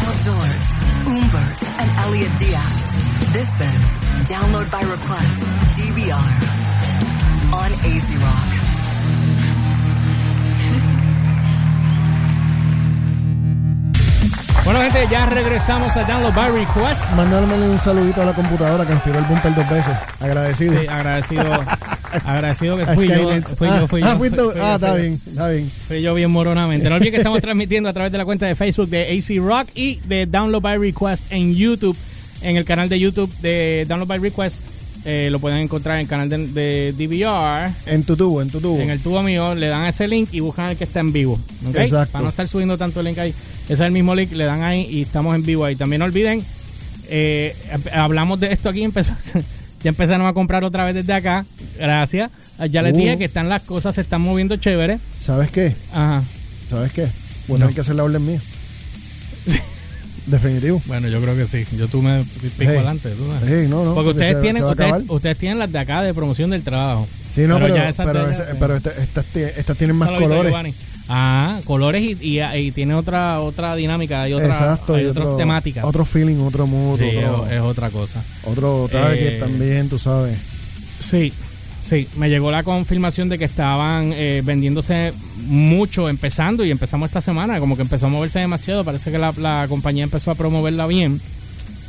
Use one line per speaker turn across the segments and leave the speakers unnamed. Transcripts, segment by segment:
Doors, Umbert, and Elliot Diaz. This is Download by Request, DBR, on AZ Rock.
Bueno, gente, ya regresamos a Download by Request.
Mandándome un saludito a la computadora que nos tiró el bumper dos veces. Agradecido.
Sí, agradecido. agradecido que
A
fui yo.
Skynet.
Fui
ah,
yo, fui yo.
ah,
fui-
fuiste tú.
fui yo,
Ah, está
fui yo.
bien, está bien.
Pero yo bien moronamente. No olviden que estamos transmitiendo a través de la cuenta de Facebook de AC Rock y de Download by Request en YouTube. En el canal de YouTube de Download by Request eh, lo pueden encontrar en el canal de, de DVR.
En tu tubo, en tu tubo.
En el tubo mío le dan a ese link y buscan el que está en vivo. ¿ok?
Exacto.
Para no estar subiendo tanto el link ahí. Ese es el mismo link, le dan ahí y estamos en vivo ahí. También no olviden, eh, hablamos de esto aquí, empezó, ya empezaron a comprar otra vez desde acá. Gracias. Ya les
Uh.
dije que están las cosas, se están moviendo chévere.
¿Sabes qué?
Ajá.
¿Sabes qué? Voy a tener que hacer la orden mía. Definitivo.
Bueno, yo creo que sí. Yo tú me pico
Hey.
adelante. tú me-
Sí, no,
Porque
no, porque
ustedes
se-
tienen
se va a
ustedes,
acabar.
ustedes tienen las de acá de promoción del trabajo.
Sí, no,
ya
pero, pero,
esas de allá,
ese-
eh,
pero este, esta- estas ti- estas tienen más
Saludito,
colores.
Giovanni. Ah, colores y, y- y tiene otra otra dinámica, hay, otra,
Exacto.
hay
y
otras
otro-
temáticas.
Otro feeling, otro mood,
Sí,
otro,
es, es otra cosa.
otro target
eh,
también, tú sabes.
Sí, sí, me llegó la confirmación de que estaban eh, vendiéndose mucho empezando y empezamos esta semana, como que empezó a moverse demasiado, parece que la, la compañía empezó a promoverla bien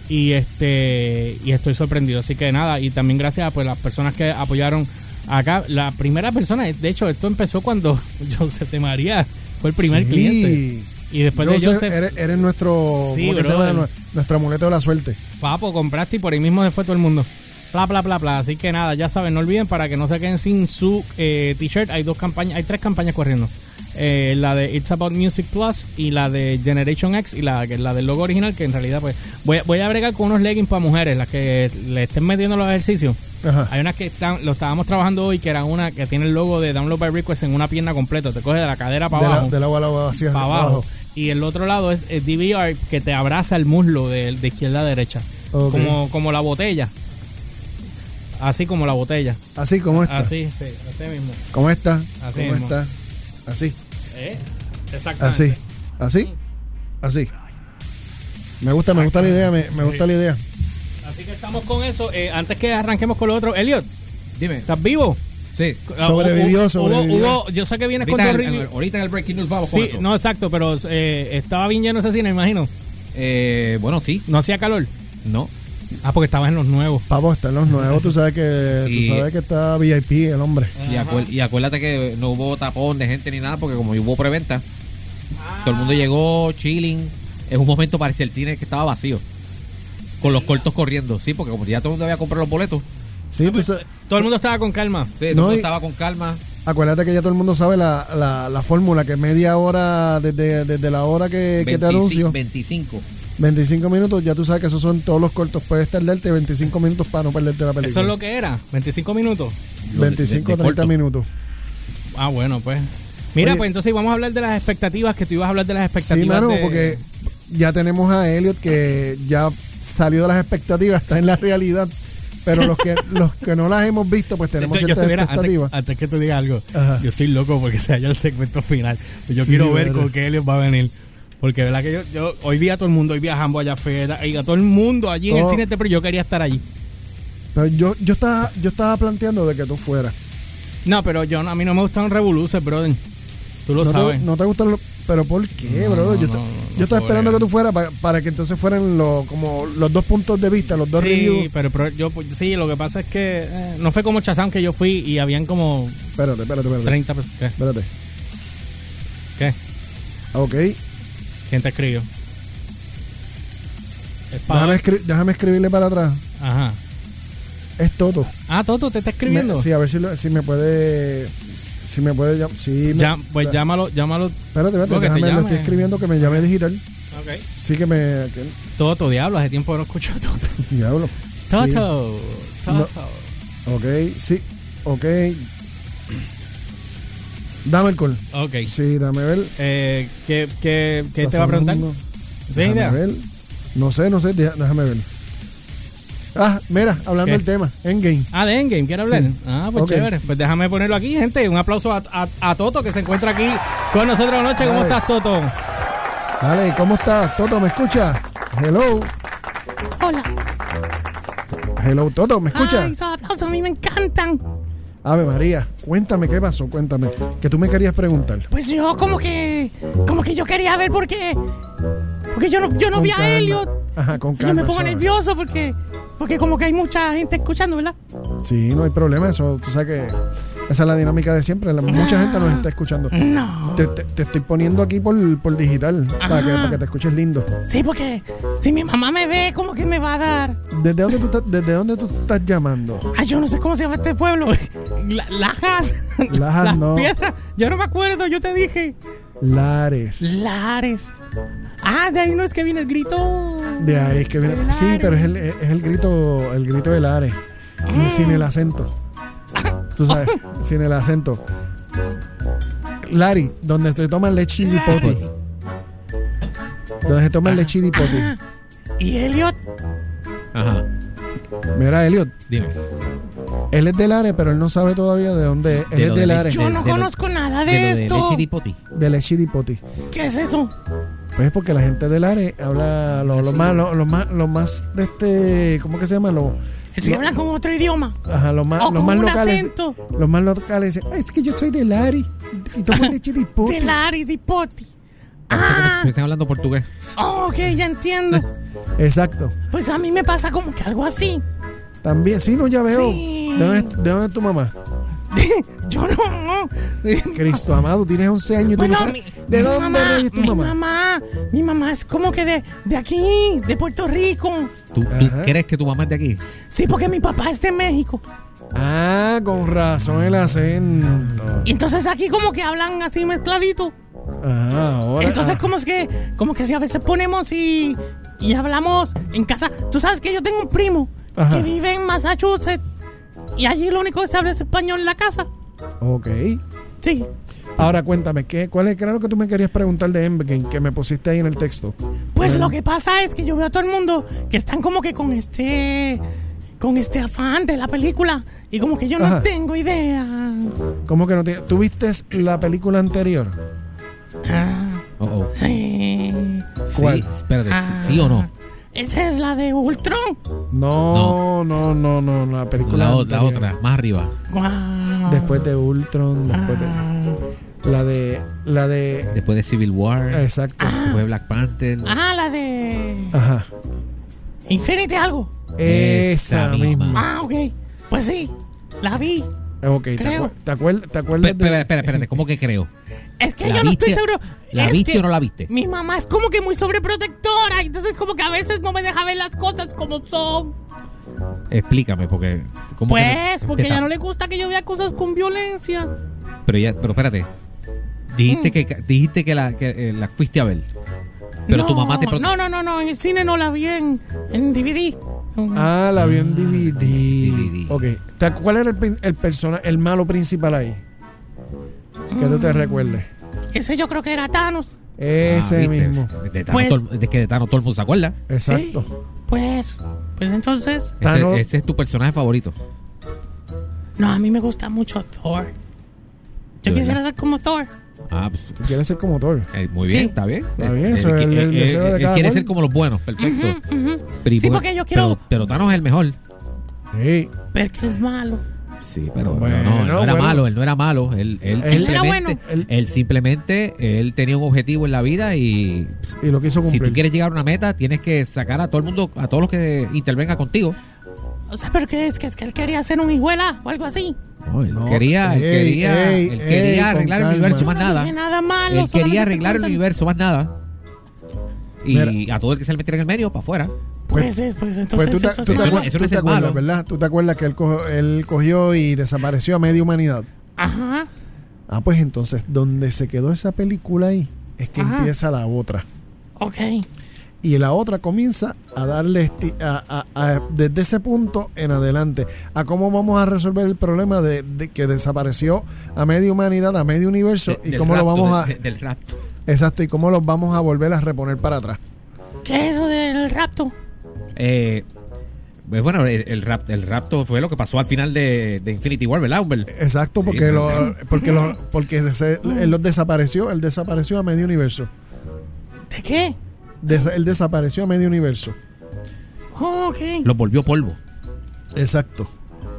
y este y estoy sorprendido, así que nada, y también gracias a pues, las personas que apoyaron acá, la primera persona, de hecho esto empezó cuando Joseph de María fue el primer
Sí.
cliente y después pues de
Joseph,
Joseph,
eres, eres nuestro,
Sí,
¿cómo que se
brother.
llama? nuestro amuleto de la suerte.
Papo, compraste y por ahí mismo se fue todo el mundo. Bla, bla, bla, bla. Así que nada, ya saben, no olviden para que no se queden sin su eh, t-shirt. Hay dos campañas, hay tres campañas corriendo. Eh, la de It's About Music Plus y la de Generation X y la, que- la del logo original, que en realidad, pues, voy, a- voy a bregar con unos leggings para mujeres, las que le estén metiendo los ejercicios.
Ajá.
Hay unas que están, lo estábamos trabajando hoy, que era una que tiene el logo de Download by Request en una pierna completa. Te coge de la cadera para
de
abajo
La, del agua al agua, así
para abajo. Y el otro lado es eh, el DVR que te abraza el muslo de, de izquierda a derecha.
Ok.
Como, como la botella. Así como la botella.
Así como está.
Así, sí, así mismo.
¿Cómo está?
Así
¿Cómo
mismo.
está? Así,
¿Eh?
así,
Exactamente.
así, así. Me gusta, me gusta la idea, me, me gusta la idea.
Así que estamos con eso. Eh, antes que arranquemos con lo otro, Elliot,
Dime.
¿estás vivo? Ah,
Sí.
Sobrevivió,
Hubo-
sobrevivió.
hubo- yo sé que vienes con
Ahorita
tu
en, el,
review.
ahorita en el Breaking News vamos con
Sí,
eso.
no, exacto, pero eh, estaba bien lleno ese cine, imagino.
Eh, bueno, sí.
No hacía calor.
No.
Ah, porque estabas en los nuevos.
Papo, están los nuevos, tú sabes que tú
Y-
sabes que está VIP el hombre.
Y, acuer- y acuérdate que no hubo tapón de gente ni nada porque como hubo preventa, todo el
Ah.
mundo llegó chilling. En un momento parecía el cine que estaba vacío. Con los cortos corriendo. Sí, porque como ya todo el mundo había comprado los boletos.
Sí, tú sa-
Todo el mundo estaba con calma.
Sí, todo el
No,
mundo
y-
estaba con calma.
acuérdate que ya todo el mundo sabe la, la, la fórmula, que media hora desde, desde la hora que, que te
25,
anuncio,
25.
25 minutos, ya tú sabes que esos son todos los cortos, puedes tardarte 25 minutos para no perderte la película.
Eso es lo que era. 25 minutos.
Lo de-
25 o
de- de
30
corto.
minutos.
Ah, bueno, pues. Mira,
Oye.
pues entonces vamos a hablar de las expectativas, que tú ibas a hablar de las
Sí,
expectativas.
mano,
de- este
porque ya tenemos a Elliot que ya salió de las expectativas, está en la realidad. Pero los que los que no las hemos visto, pues tenemos
Yo
ciertas
estuviera- antes,
expectativas.
antes que tú digas algo,
Ajá.
yo estoy loco porque se haya el segmento final. Yo
Sí,
quiero ver
verdad.
con qué Elliot va a venir. Porque verdad que yo, yo- hoy vi a todo el mundo, hoy vi a Jambo allá afuera, y a todo el mundo allí en el
Todo.
cine, pero yo quería estar allí.
Pero yo, yo estaba, yo estaba planteando de que tú fueras.
No, pero yo no- a mí no me gustan revoluces, brother. Tú lo
no,
sabes.
Te, no te gustan los. Pero ¿por qué, brother? yo,
no,
esta-
no, no
yo estaba
puedo
esperando
bregar.
que tú fueras para, para que entonces fueran los como los dos puntos de vista, los dos
sí,
reviews.
pero, pero yo pues, sí, lo que pasa es que eh, no fue como Chazán que yo fui y habían como
Espérate, espérate, espérate.
30 personas. ¿Qué?
Espérate.
¿Qué?
Ah, Ok.
¿Quién te escribió? Es
Déjame,
Pablo.
escri- déjame escribirle para atrás.
Ajá.
Es todo.
Ah, Toto, ¿te está escribiendo?
Me- sí, a ver si, lo- si me puede. Si me puede llam- sí, me-
Ya, pues llámalo, llámalo.
Espérate, espérate,
No, que te
déjame, le
llame.
estoy escribiendo que me llame digital. Sí que me. que-
Toto, diablo, hace tiempo que no escucho a Toto.
diablo. Sí.
Toto, Toto.
Ok, sí, ok. Dame el call.
Ok.
Sí, dame ver.
Eh, ¿Qué, qué, qué te
Pasa
va a preguntar?
uno.
¿Tienes idea?
Déjame ver. No sé, no sé, deja- déjame ver. Ah, mira, hablando
¿Qué?
del tema, Endgame.
Ah, de Endgame, ¿quiere hablar?
Sí.
Ah, pues
Ok.
chévere. Pues déjame ponerlo aquí, gente. Un aplauso a, a- a Toto que se encuentra aquí con nosotros anoche. ¿Cómo
Ay.
estás, Toto?
Dale, ¿cómo estás? Toto, ¿me escuchas? Hello.
Hola.
Hello, Toto, ¿me escuchas?
Ay, esos aplausos a mí me encantan.
Ave María, cuéntame qué pasó, cuéntame. Que tú me querías preguntar.
Pues yo como que. Como que yo quería ver por qué. Porque yo no, yo no
Con
vi a
calma.
Elliot.
Ajá, con
yo
calma,
me pongo
suave.
nervioso porque. Porque como que hay mucha gente escuchando, ¿verdad?
Sí, no hay problema, eso tú sabes que esa es la dinámica de siempre, la- mucha gente nos está escuchando.
No.
Te, te- te estoy poniendo aquí por, por digital, para que, para que te escuches lindo.
Sí, porque si mi mamá me ve, como que me va a dar.
¿Desde dónde tú, estás- desde dónde tú estás llamando?
Ay, yo no sé cómo se llama este pueblo. La- Lajas.
Lajas,
Las
no.
piedras. Yo no me acuerdo, yo te dije.
Lares.
Lares. Ah, de ahí no es que viene el grito.
De ahí es que viene.
Lares.
Sí, pero es el, es el grito, el grito de Lares. Sin el acento. Tú sabes, sin el acento. Lari, donde se toman leche y poti. Donde se toman leche y poti.
Y Elliot.
Ajá,
Mira, Elliot,
dime.
él es del área, pero él no sabe todavía de dónde es. Él
De
es
lo
del
de
área,
Yo
De-
no
de lo-
conozco nada de,
lo
esto.
leche dipoti.
de leche y poti.
¿Qué es eso?
Pues porque la gente del área habla lo, lo más, lo, lo más, lo más de este, ¿cómo que se llama? Lo,
Si
lo-
hablan como otro idioma.
Ajá, los más,
O
los
con
más
un
locales.
acento.
Los más locales dicen, "Ay, es que yo soy de Lari y tomo leche de hipote.
De Laris y Poti.
Parece que
Ah,
estuviesen hablando portugués.
oh, ok, ya entiendo.
Exacto.
Pues a mí me pasa como que algo así.
También, sí, no, ya veo.
Sí.
¿De, dónde, es- de dónde es tu mamá?
Yo no. no.
Cristo amado, tienes 11 años y tú
Bueno,
no sabes.
mi-
¿De
mi
dónde
mamá,
rayos es tu
mi
mamá?
mi mamá es como que de, de aquí, de Puerto Rico.
¿Tú, tú
Ajá.
crees que tu mamá es de aquí?
Sí, porque mi papá es de México.
Ah, con razón el acento.
Y entonces aquí como que hablan así mezcladito.
Ah, ahora.
Entonces
ah,
como es que, como que si a veces ponemos y, y hablamos en casa. Tú sabes que yo tengo un primo
Ajá.
que vive en Massachusetts y allí lo único que se habla es español en la casa.
ok.
Sí.
Ahora cuéntame, ¿qué, ¿cuál es, claro que tú me querías preguntar de Embgen que me pusiste ahí en el texto?
Pues lo que pasa es que yo veo a todo el mundo que están como que con este con este afán de la película y como que yo no
Ajá.
tengo idea.
¿Cómo que no tienes? ¿Tú viste la película anterior?
Ah,
Oh, oh.
sí.
¿Cuál?
Sí, espérate, sí-
Ah.
¿sí o no?
Esa es la de Ultron.
No, no, no, no, la película
La, o- la
anterior.
otra, más arriba.
Guau.
Después de Ultron, después de
Ah,
la de la de
Después de Civil War,
exacto.
después de Black Panther.
ah, la de
Ajá.
Infinity algo.
Esa
Esa
misma. Ah,
misma.
Ah, ok. Pues sí, la vi.
Ok, ¿te,
Creo.
acuer- te acuer- te
Pe-
acuerdas
Espera,
de
espera, espérate, ¿cómo que creo?
Es que
¿La
yo no estoy
viste?
seguro.
¿La
Es
viste
que
o no la viste?
Mi mamá es como que muy sobreprotectora, y entonces como que a veces no me deja ver las cosas como son.
Explícame, porque. ¿cómo que
Pues,
no-
porque a
está-
ella no le gusta que yo vea cosas con violencia.
Pero, ya, pero espérate. Dijiste,
Mm.
que, dijiste que, la, que, eh, la fuiste a ver. Pero
no,
tu mamá te prote- Ah,
No, no, no, no, en el cine no la vi en, en DVD.
Ah, la vi en DVD.
DVD.
Ok. ¿Te acu- ¿Cuál era el, prin- el persona, el malo principal ahí? Que tú te
Mm.
recuerdes.
Ese yo creo que era Thanos.
Ah,
Ese
viste,
mismo.
es que De, Thanos
Pues-
todo el- de que de Thanos todo el mundo se acuerda.
Exacto.
Sí, pues, pues entonces.
Ese-
Thanos-
Ese, es tu personaje favorito.
No, a mí me gusta mucho Thor. Yo
¿De
quisiera
verdad?
ser como Thor.
Ah, pues.
Tú Quieres ser como Thor.
eh, muy bien,
Sí.
está bien. Eh,
Está bien,
Él-
eso es el- el
él- él-
deseo de
eh, él
cada
quiere
cual.
ser como los buenos, perfecto. Pero y
Sí,
bueno,
porque yo quiero-
Pero, pero Thanos es el mejor.
Sí.
Pero que es malo.
Sí, pero
Bueno,
no, él no era
bueno.
malo, él no era malo. Él, él
Él
simplemente,
era bueno.
Él, él simplemente, él tenía un objetivo en la vida y pss,
Y lo quiso
si tú
cumplir.
quieres llegar a una meta, tienes que sacar a todo el mundo, a todos los que intervengan contigo.
O sea, pero que es que, es que él quería ser un hijuela o algo así.
No, él
No,
quería, él
ey,
quería,
ey,
él
ey,
quería
con
arreglar
calma.
el universo,
Yo
más
no
nada.
dije nada malo.
él
solamente
quería arreglar el
estoy
universo, más nada. Y
Mira.
a todo el que se le metiera en el medio, para afuera.
contando. Pues, es, pues
Pues
entonces.
tú te,
eso es
tú te
malo.
no-
acuer-
eso no
tú
es
te
el
acuerdas,
malo.
¿verdad? Tú te acuerdas que él, cojo- él cogió y desapareció a media humanidad.
Ajá.
Ah, pues entonces, donde se quedó esa película ahí, es que
Ajá.
empieza la otra.
Ok.
Y la otra comienza a darle esti- a- a- a- desde ese punto en adelante a cómo vamos a resolver el problema de, de que desapareció a media humanidad, a medio universo
De-
y
del
cómo lo
rapto,
vamos a
de- de- del rapto.
exacto y cómo los vamos a volver a reponer para atrás.
¿Qué es eso del rapto?
Eh, pues bueno, el, el rap- el rapto fue lo que pasó al final de, de Infinity War, ¿verdad, Humbert?
Exacto,
Sí,
porque lo,
claro.
porque lo- porque se- él los desapareció, él desapareció a medio universo.
¿De qué?
Des- él desapareció a medio universo.
Oh, ok.
Los volvió polvo.
Exacto.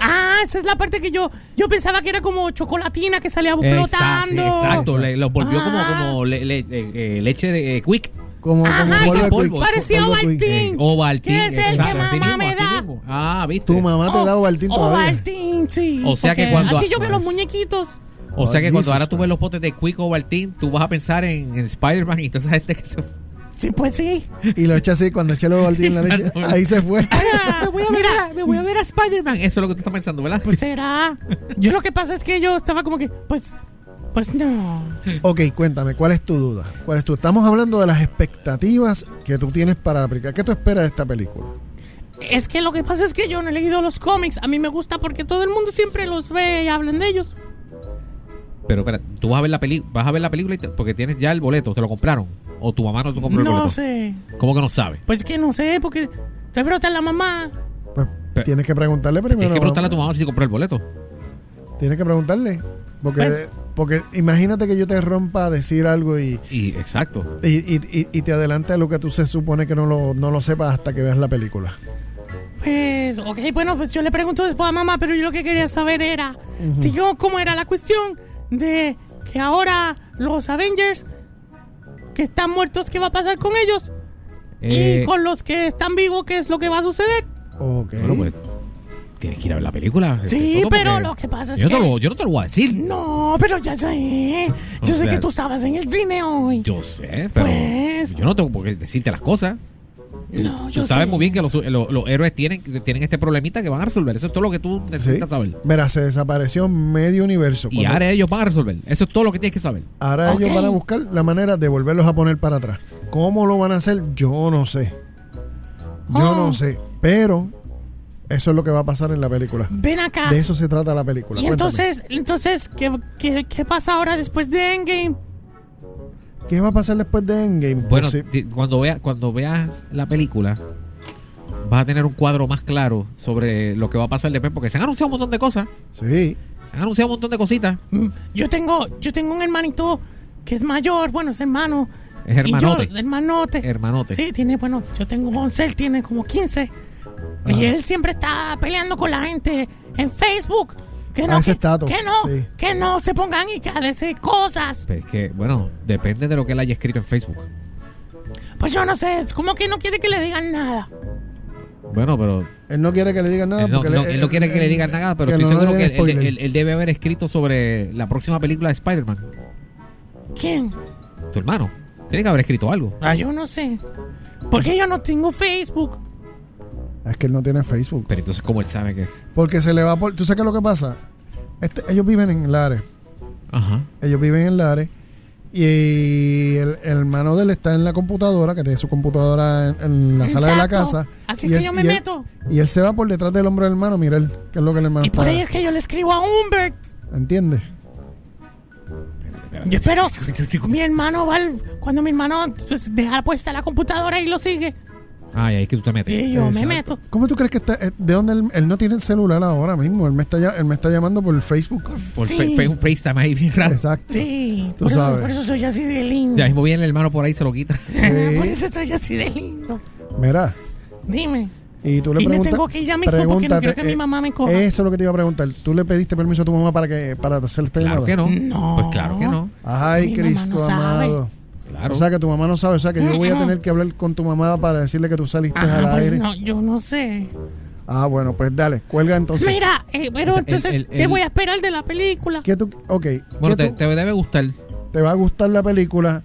Ah, esa es la parte que yo yo pensaba que era como chocolatina que salía flotando.
Exacto, le- los volvió como,
Ah.
como le- le- eh, eh, leche de eh, quick.
Como,
Ajá,
como
esa
polvo de
polvo.
quick.
Parecía
Polvo de quick.
Ovaltín.
Eh, Ovaltín.
Que es el que
exacto, así
mamá me
mismo, así
da.
mismo. Ah, viste.
Tu mamá te da Ovaltín
oh,
todavía.
Ovaltín, Oh, sí.
O sea que
Porque
cuando- Pues.
Así yo veo los muñequitos.
O sea que
Oh,
cuando
Jesus
ahora tú ves
Christ.
los potes de Quick Ovaltín, tú vas a pensar en, en Spider-Man y toda esa gente que se
Sí, pues sí.
Y lo eché así, cuando eché el Ovaltín en la leche, ahí se fue.
Ah, mira,
me voy a ver a Spider-Man. Eso es lo que tú estás pensando, ¿verdad?
pues será. Yo lo que pasa es que yo estaba como que, pues, pues no.
Ok, cuéntame, ¿cuál es tu duda? ¿Cuál es tu? Estamos hablando de las expectativas que tú tienes para aplicar. ¿Qué tú esperas de esta película?
Es que lo que pasa es que yo no he leído los cómics. A mí me gusta porque todo el mundo siempre los ve y hablan de ellos.
Pero espera, tú vas a ver la película, vas a ver la película y te- porque tienes ya el boleto, te lo compraron. O tu mamá no te compró el boleto.
No sé.
¿Cómo que no sabe?
Pues que no sé, porque se brota la mamá.
Pues,
Pero-
tienes que preguntarle primero.
Tienes que preguntarle a
vamos.
tu mamá si compró el boleto.
Tienes que preguntarle. Porque,
Pues-
porque imagínate que yo te rompa a decir algo y,
Y exacto.
y, y- y- y te adelante a lo que tú se supone que no lo, no lo sepas hasta que veas la película.
Pues, ok, bueno, pues yo le pregunto después a mamá, pero yo lo que quería saber era si yo, cómo era la cuestión de que ahora los Avengers que están muertos, ¿qué va a pasar con ellos?
Eh,
Y con los que están vivos, ¿qué es lo que va a suceder?
Ok.
bueno, pues, tienes que ir a ver la película.
Sí,
Toto,
pero
porque
lo que pasa es
yo
que-
No te lo, yo no te lo voy a decir.
No, pero ya sé.
O
Yo sé
sea-
que tú estabas en el cine hoy.
Yo sé, pero
Pues.
yo no tengo por qué decirte las cosas.
no, yo
Tú sabes
sé.
muy bien que los, los- los héroes tienen, tienen este problemita que van a resolver. Eso es todo lo que tú
Sí.
necesitas saber.
Verás, se desapareció medio universo.
Y
Cuando-
ahora ellos van a resolver. Eso es todo lo que tienes que saber.
ahora
Ok.
ellos van a buscar la manera de volverlos a poner para atrás. ¿Cómo lo van a hacer? Yo no sé. Yo
Oh.
no sé. Pero eso es lo que va a pasar en la película.
Ven acá.
De eso se trata la película.
Ah. Y
Cuéntame.
entonces, entonces ¿qué, qué, qué pasa ahora después de Endgame?
¿Qué va a pasar después de Endgame? Pues
Bueno,
sí.
ti- cuando, vea, cuando veas la película, vas a tener un cuadro más claro sobre lo que va a pasar después, porque se han anunciado un montón de cosas.
Sí.
Se han anunciado un montón de cositas.
Mm, Yo tengo, yo tengo un hermanito que es mayor, bueno, es hermano.
Es
Y
hermanote.
yo, hermanote.
Hermanote.
Sí, tiene, bueno, yo tengo 11, él tiene como 15. Y él siempre está peleando con la gente en Facebook. Que
Ah,
no,
ese
que,
es Tato,
que no,
sí.
que no se pongan y que a decir cosas.
Pero Pues es que, bueno, depende de lo que él haya escrito en Facebook.
Pues yo no sé, es como que no quiere que le digan nada.
Bueno, pero
Él no quiere que le digan nada.
él no,
porque
no-
él-
él no quiere que le digan nada, pero
que
estoy
no le
seguro que
den
él, él-
spoiler.
él- él debe haber escrito sobre la próxima película de Spider-Man.
¿Quién?
Tu hermano. Tiene que haber escrito algo.
Ah, yo no sé. Porque yo no tengo Facebook.
Es que él no tiene Facebook.
Pero entonces, ¿cómo él sabe que...?
Porque se le va por. ¿Tú sabes qué es lo que pasa? Este- ellos viven en Lares.
Ajá.
Ellos viven en Lares. Y el, el hermano de él está en la computadora, que tiene su computadora en, en la sala de la
Exacto.
casa.
Así
y
que
él-
yo me
y él-
meto.
y él se va por detrás del hombro del hermano, mira él, que es lo que el hermano
Y por
está.
ahí es que yo le escribo a Humbert.
¿Entiendes?
Yo espero. mi hermano va al- cuando mi hermano pues, deja puesta la computadora y lo sigue.
Ah, y ahí es que tú te metes.
Y yo me
Exacto.
meto.
¿Cómo tú crees que está? eh, ¿De dónde él, él no tiene el celular ahora mismo? Él me está, ya- él me está llamando por Facebook.
Por
Sí.
fe- fe- un FaceTime ahí bien raro.
Exacto.
Sí.
Tú
por, eso-
sabes.
por Eso, soy así de lindo.
Ya mismo viene el hermano por ahí y se lo quita.
por
Sí.
eso soy así de lindo.
Mira.
Dime.
Y tú le
Y me
preguntas-
tengo que ir ya mismo porque no quiero
pregúntate, eh,
que mi mamá me coja.
Eso es lo que te iba a preguntar. ¿Tú le pediste permiso a tu mamá para que para hacer esta llamada?
Claro que no.
No.
Pues claro que no.
Ay,
Mi mamá
Cristo
no sabe.
amado.
Claro.
O sea que tu mamá no sabe, o sea que yo voy a
Mm-mm.
tener que hablar con tu mamá para decirle que tú saliste
Ajá,
al
pues
aire.
no, yo no sé.
Ah, bueno, pues dale, cuelga entonces.
Mira, eh, pero
sea, el-
entonces,
el-
¿qué
el-
voy a esperar de la película?
¿Qué tú, ok, ¿qué
bueno, te,
tú-
te debe gustar.
te va a gustar la película,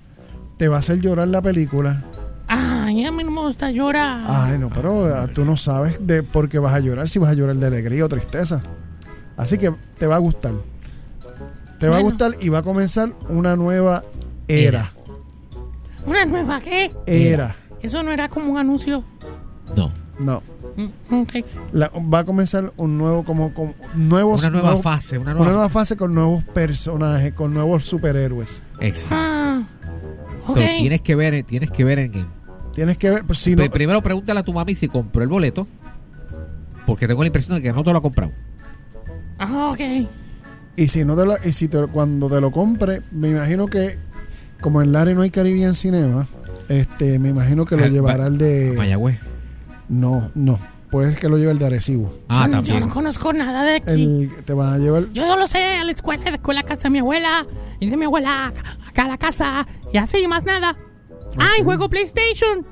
te va a hacer llorar la película.
Ay, a mí no me gusta llorar.
Ay, no, pero ah, tú no sabes de por qué vas a llorar, si vas a llorar de alegría o tristeza. Así que te va a gustar. Te va a
Bueno.
gustar y va a comenzar una nueva era.
¿Una nueva qué?
Era.
Eso no era como un anuncio.
No.
No.
Mm, ok.
La- va a comenzar un nuevo, como, como nuevos.
Una nueva
nuevos-
fase, una
Una
nueva.
nueva fase con nuevos personajes, con nuevos superhéroes.
Exacto.
Ah, ok.
Pero Tienes que ver, tienes que ver en game.
Tienes que ver, pues, si no,
Pri- primero pregúntale a tu mami si compró el boleto. Porque tengo la impresión de que no te lo ha comprado.
Ah, ok.
y si no te lo, y si te- cuando te lo compre, me imagino que como en Lare no hay Caribbean Cinema, Este, me imagino que lo
Ah,
llevará
va-
el de.
Mayagüez.
No, no. Puede que lo lleve el de Arecibo.
Ah,
Yo no- Yo
también.
no conozco nada de aquí.
El, te van a llevar.
Yo solo sé a la escuela, de escuela a casa de mi abuela, y de mi abuela acá a la casa, y así, más nada. ¡Ay, juego PlayStation!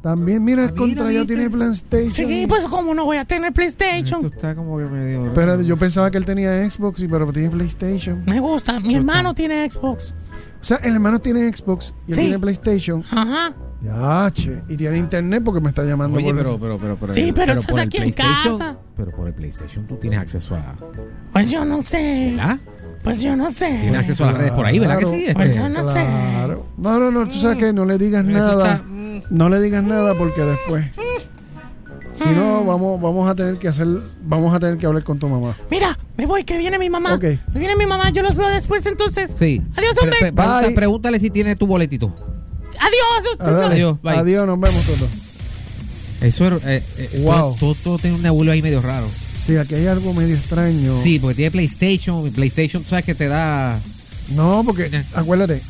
También, mira, contra ya
¿viste?
tiene PlayStation.
Ah, Sí, pues como no voy a tener
Esto
PlayStation.
está como que medio.
Espérate, yo pensaba que él tenía Xbox, y pero tiene PlayStation.
Me gusta, mi hermano tiene Xbox.
O sea, el hermano tiene Xbox y él
Sí.
tiene PlayStation.
Ajá.
Ya, che. Y tiene internet porque me está llamando.
Oye,
por-
pero, pero, pero, pero.
Sí, pero eso
por
es
el
aquí en
PlayStation-
casa.
Pero por el PlayStation tú tienes acceso a.
Pues yo no sé.
¿Verdad?
Pues yo no
Tienes
sé.
acceso a las redes por ahí, ¿verdad que
Claro.
sí? Este,
Pues yo no sé.
Claro. No, no, no, tú sabes que no le digas
Eso
nada.
está- mm.
No le digas nada porque después. Si
Mm.
no, vamos, vamos a tener que hacer. Vamos a tener que hablar con tu mamá.
Mira, me voy, que viene mi mamá.
Ok.
Me viene mi mamá, yo los veo después entonces.
Sí.
Adiós,
Pre-
hombre.
pre- pregunta-
Bye.
pregúntale si tiene tu boletito.
Adiós.
Adiós, bye.
Ah, Adiós, nos vemos todos.
Eso era. eh, eh,
Wow.
Todo, todo- todo tiene un abuelo ahí medio raro.
Sí, aquí hay algo medio extraño.
Sí, porque tiene PlayStation. y PlayStation, tú sabes que te da.
No, porque acuérdate,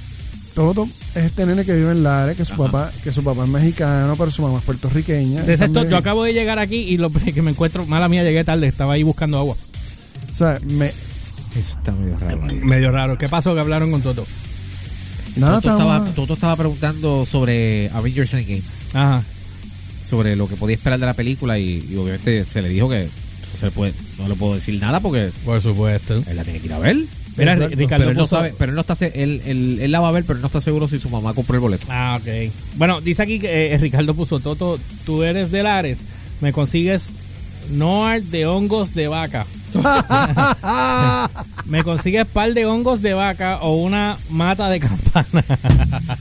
todo es este nene que vive en Lares, que su papá, que su papá es mexicano, pero su mamá es puertorriqueña.
De ser to-
También,
yo acabo de llegar aquí y lo que me encuentro, mala mía, llegué tarde, estaba ahí buscando agua.
o sea, me-
Eso está medio raro. María.
Medio raro. ¿Qué pasó que hablaron con Toto?
nada
Toto estaba,
estamos-
Toto estaba preguntando sobre Avengers Endgame.
Ajá.
sobre lo que podía esperar de la película y, y obviamente se le dijo que no se le puede, no le puedo decir nada porque
Por supuesto.
él la tiene que ir a ver.
Mira,
Exacto.
Ricardo
Pero él no
puso-
sabe, pero él no está se- él, él- él la va a ver, pero no está seguro si su mamá compró el boleto.
Ah, ok. Bueno, dice aquí que eh, Ricardo puso Toto, tú eres de Lares, me consigues Noar de hongos de vaca. me consigues par de hongos de vaca o una mata de campana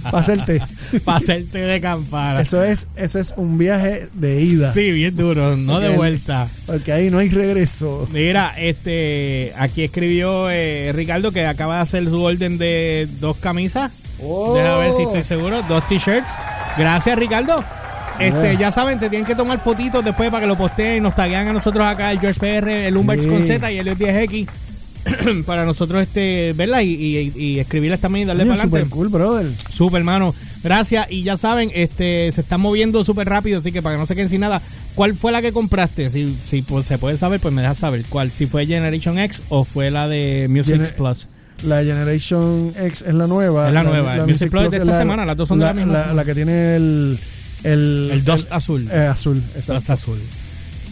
para hacerte.
para hacerte de campana.
Eso es, eso es un viaje de ida.
Sí, bien duro, no de
Ok.
vuelta.
Porque ahí no hay regreso.
Mira, este, aquí escribió eh, Ricardo que acaba de hacer su orden de dos camisas.
Oh.
Deja ver si estoy seguro. Dos t-shirts. Gracias, Ricardo. Este,
Yeah.
ya saben, te tienen que tomar fotitos después para que lo posteen y nos taguean a nosotros acá, el George PR, el Umberts
Sí.
con Z y el 10X. para nosotros este verla y, y, y escribirlas también y darle
Coño,
para
super
adelante.
cool, brother.
Super, hermano. Gracias. Y ya saben, este se están moviendo súper rápido, así que para que no se queden sin nada, ¿cuál fue la que compraste? Si, si pues, se puede saber, pues me dejas saber cuál. Si fue Generation X o fue la de Music
Gener-
Plus.
La Generation X es la nueva.
Es la nueva, el Music Plus de esta semana, las dos son de la misma semana.
La que tiene el. El,
El dos azul.
eh, azul, exacto.
Hasta azul.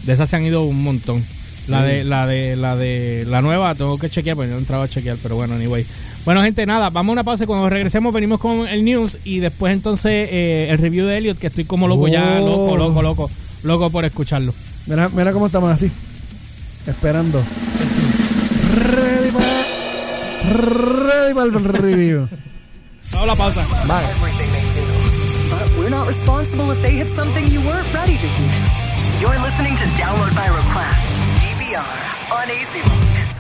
De esas se han ido un montón. La
Sí.
de, la de, la de la nueva, tengo que chequear, porque no he entrado a chequear, pero bueno, anyway. Bueno, gente, nada, vamos a una pausa y cuando regresemos venimos con el news y después entonces eh, el review de Elliot, que estoy como loco ya,
Oh.
loco, loco, loco, loco por escucharlo.
Mira, mira cómo estamos así. Esperando. Ready para. Ready para el review.
Vamos a la pausa.
everything they do. But we're not responsible if they hit something you weren't ready to hear. You're listening to Download by Request, DVR, on AZ Rock.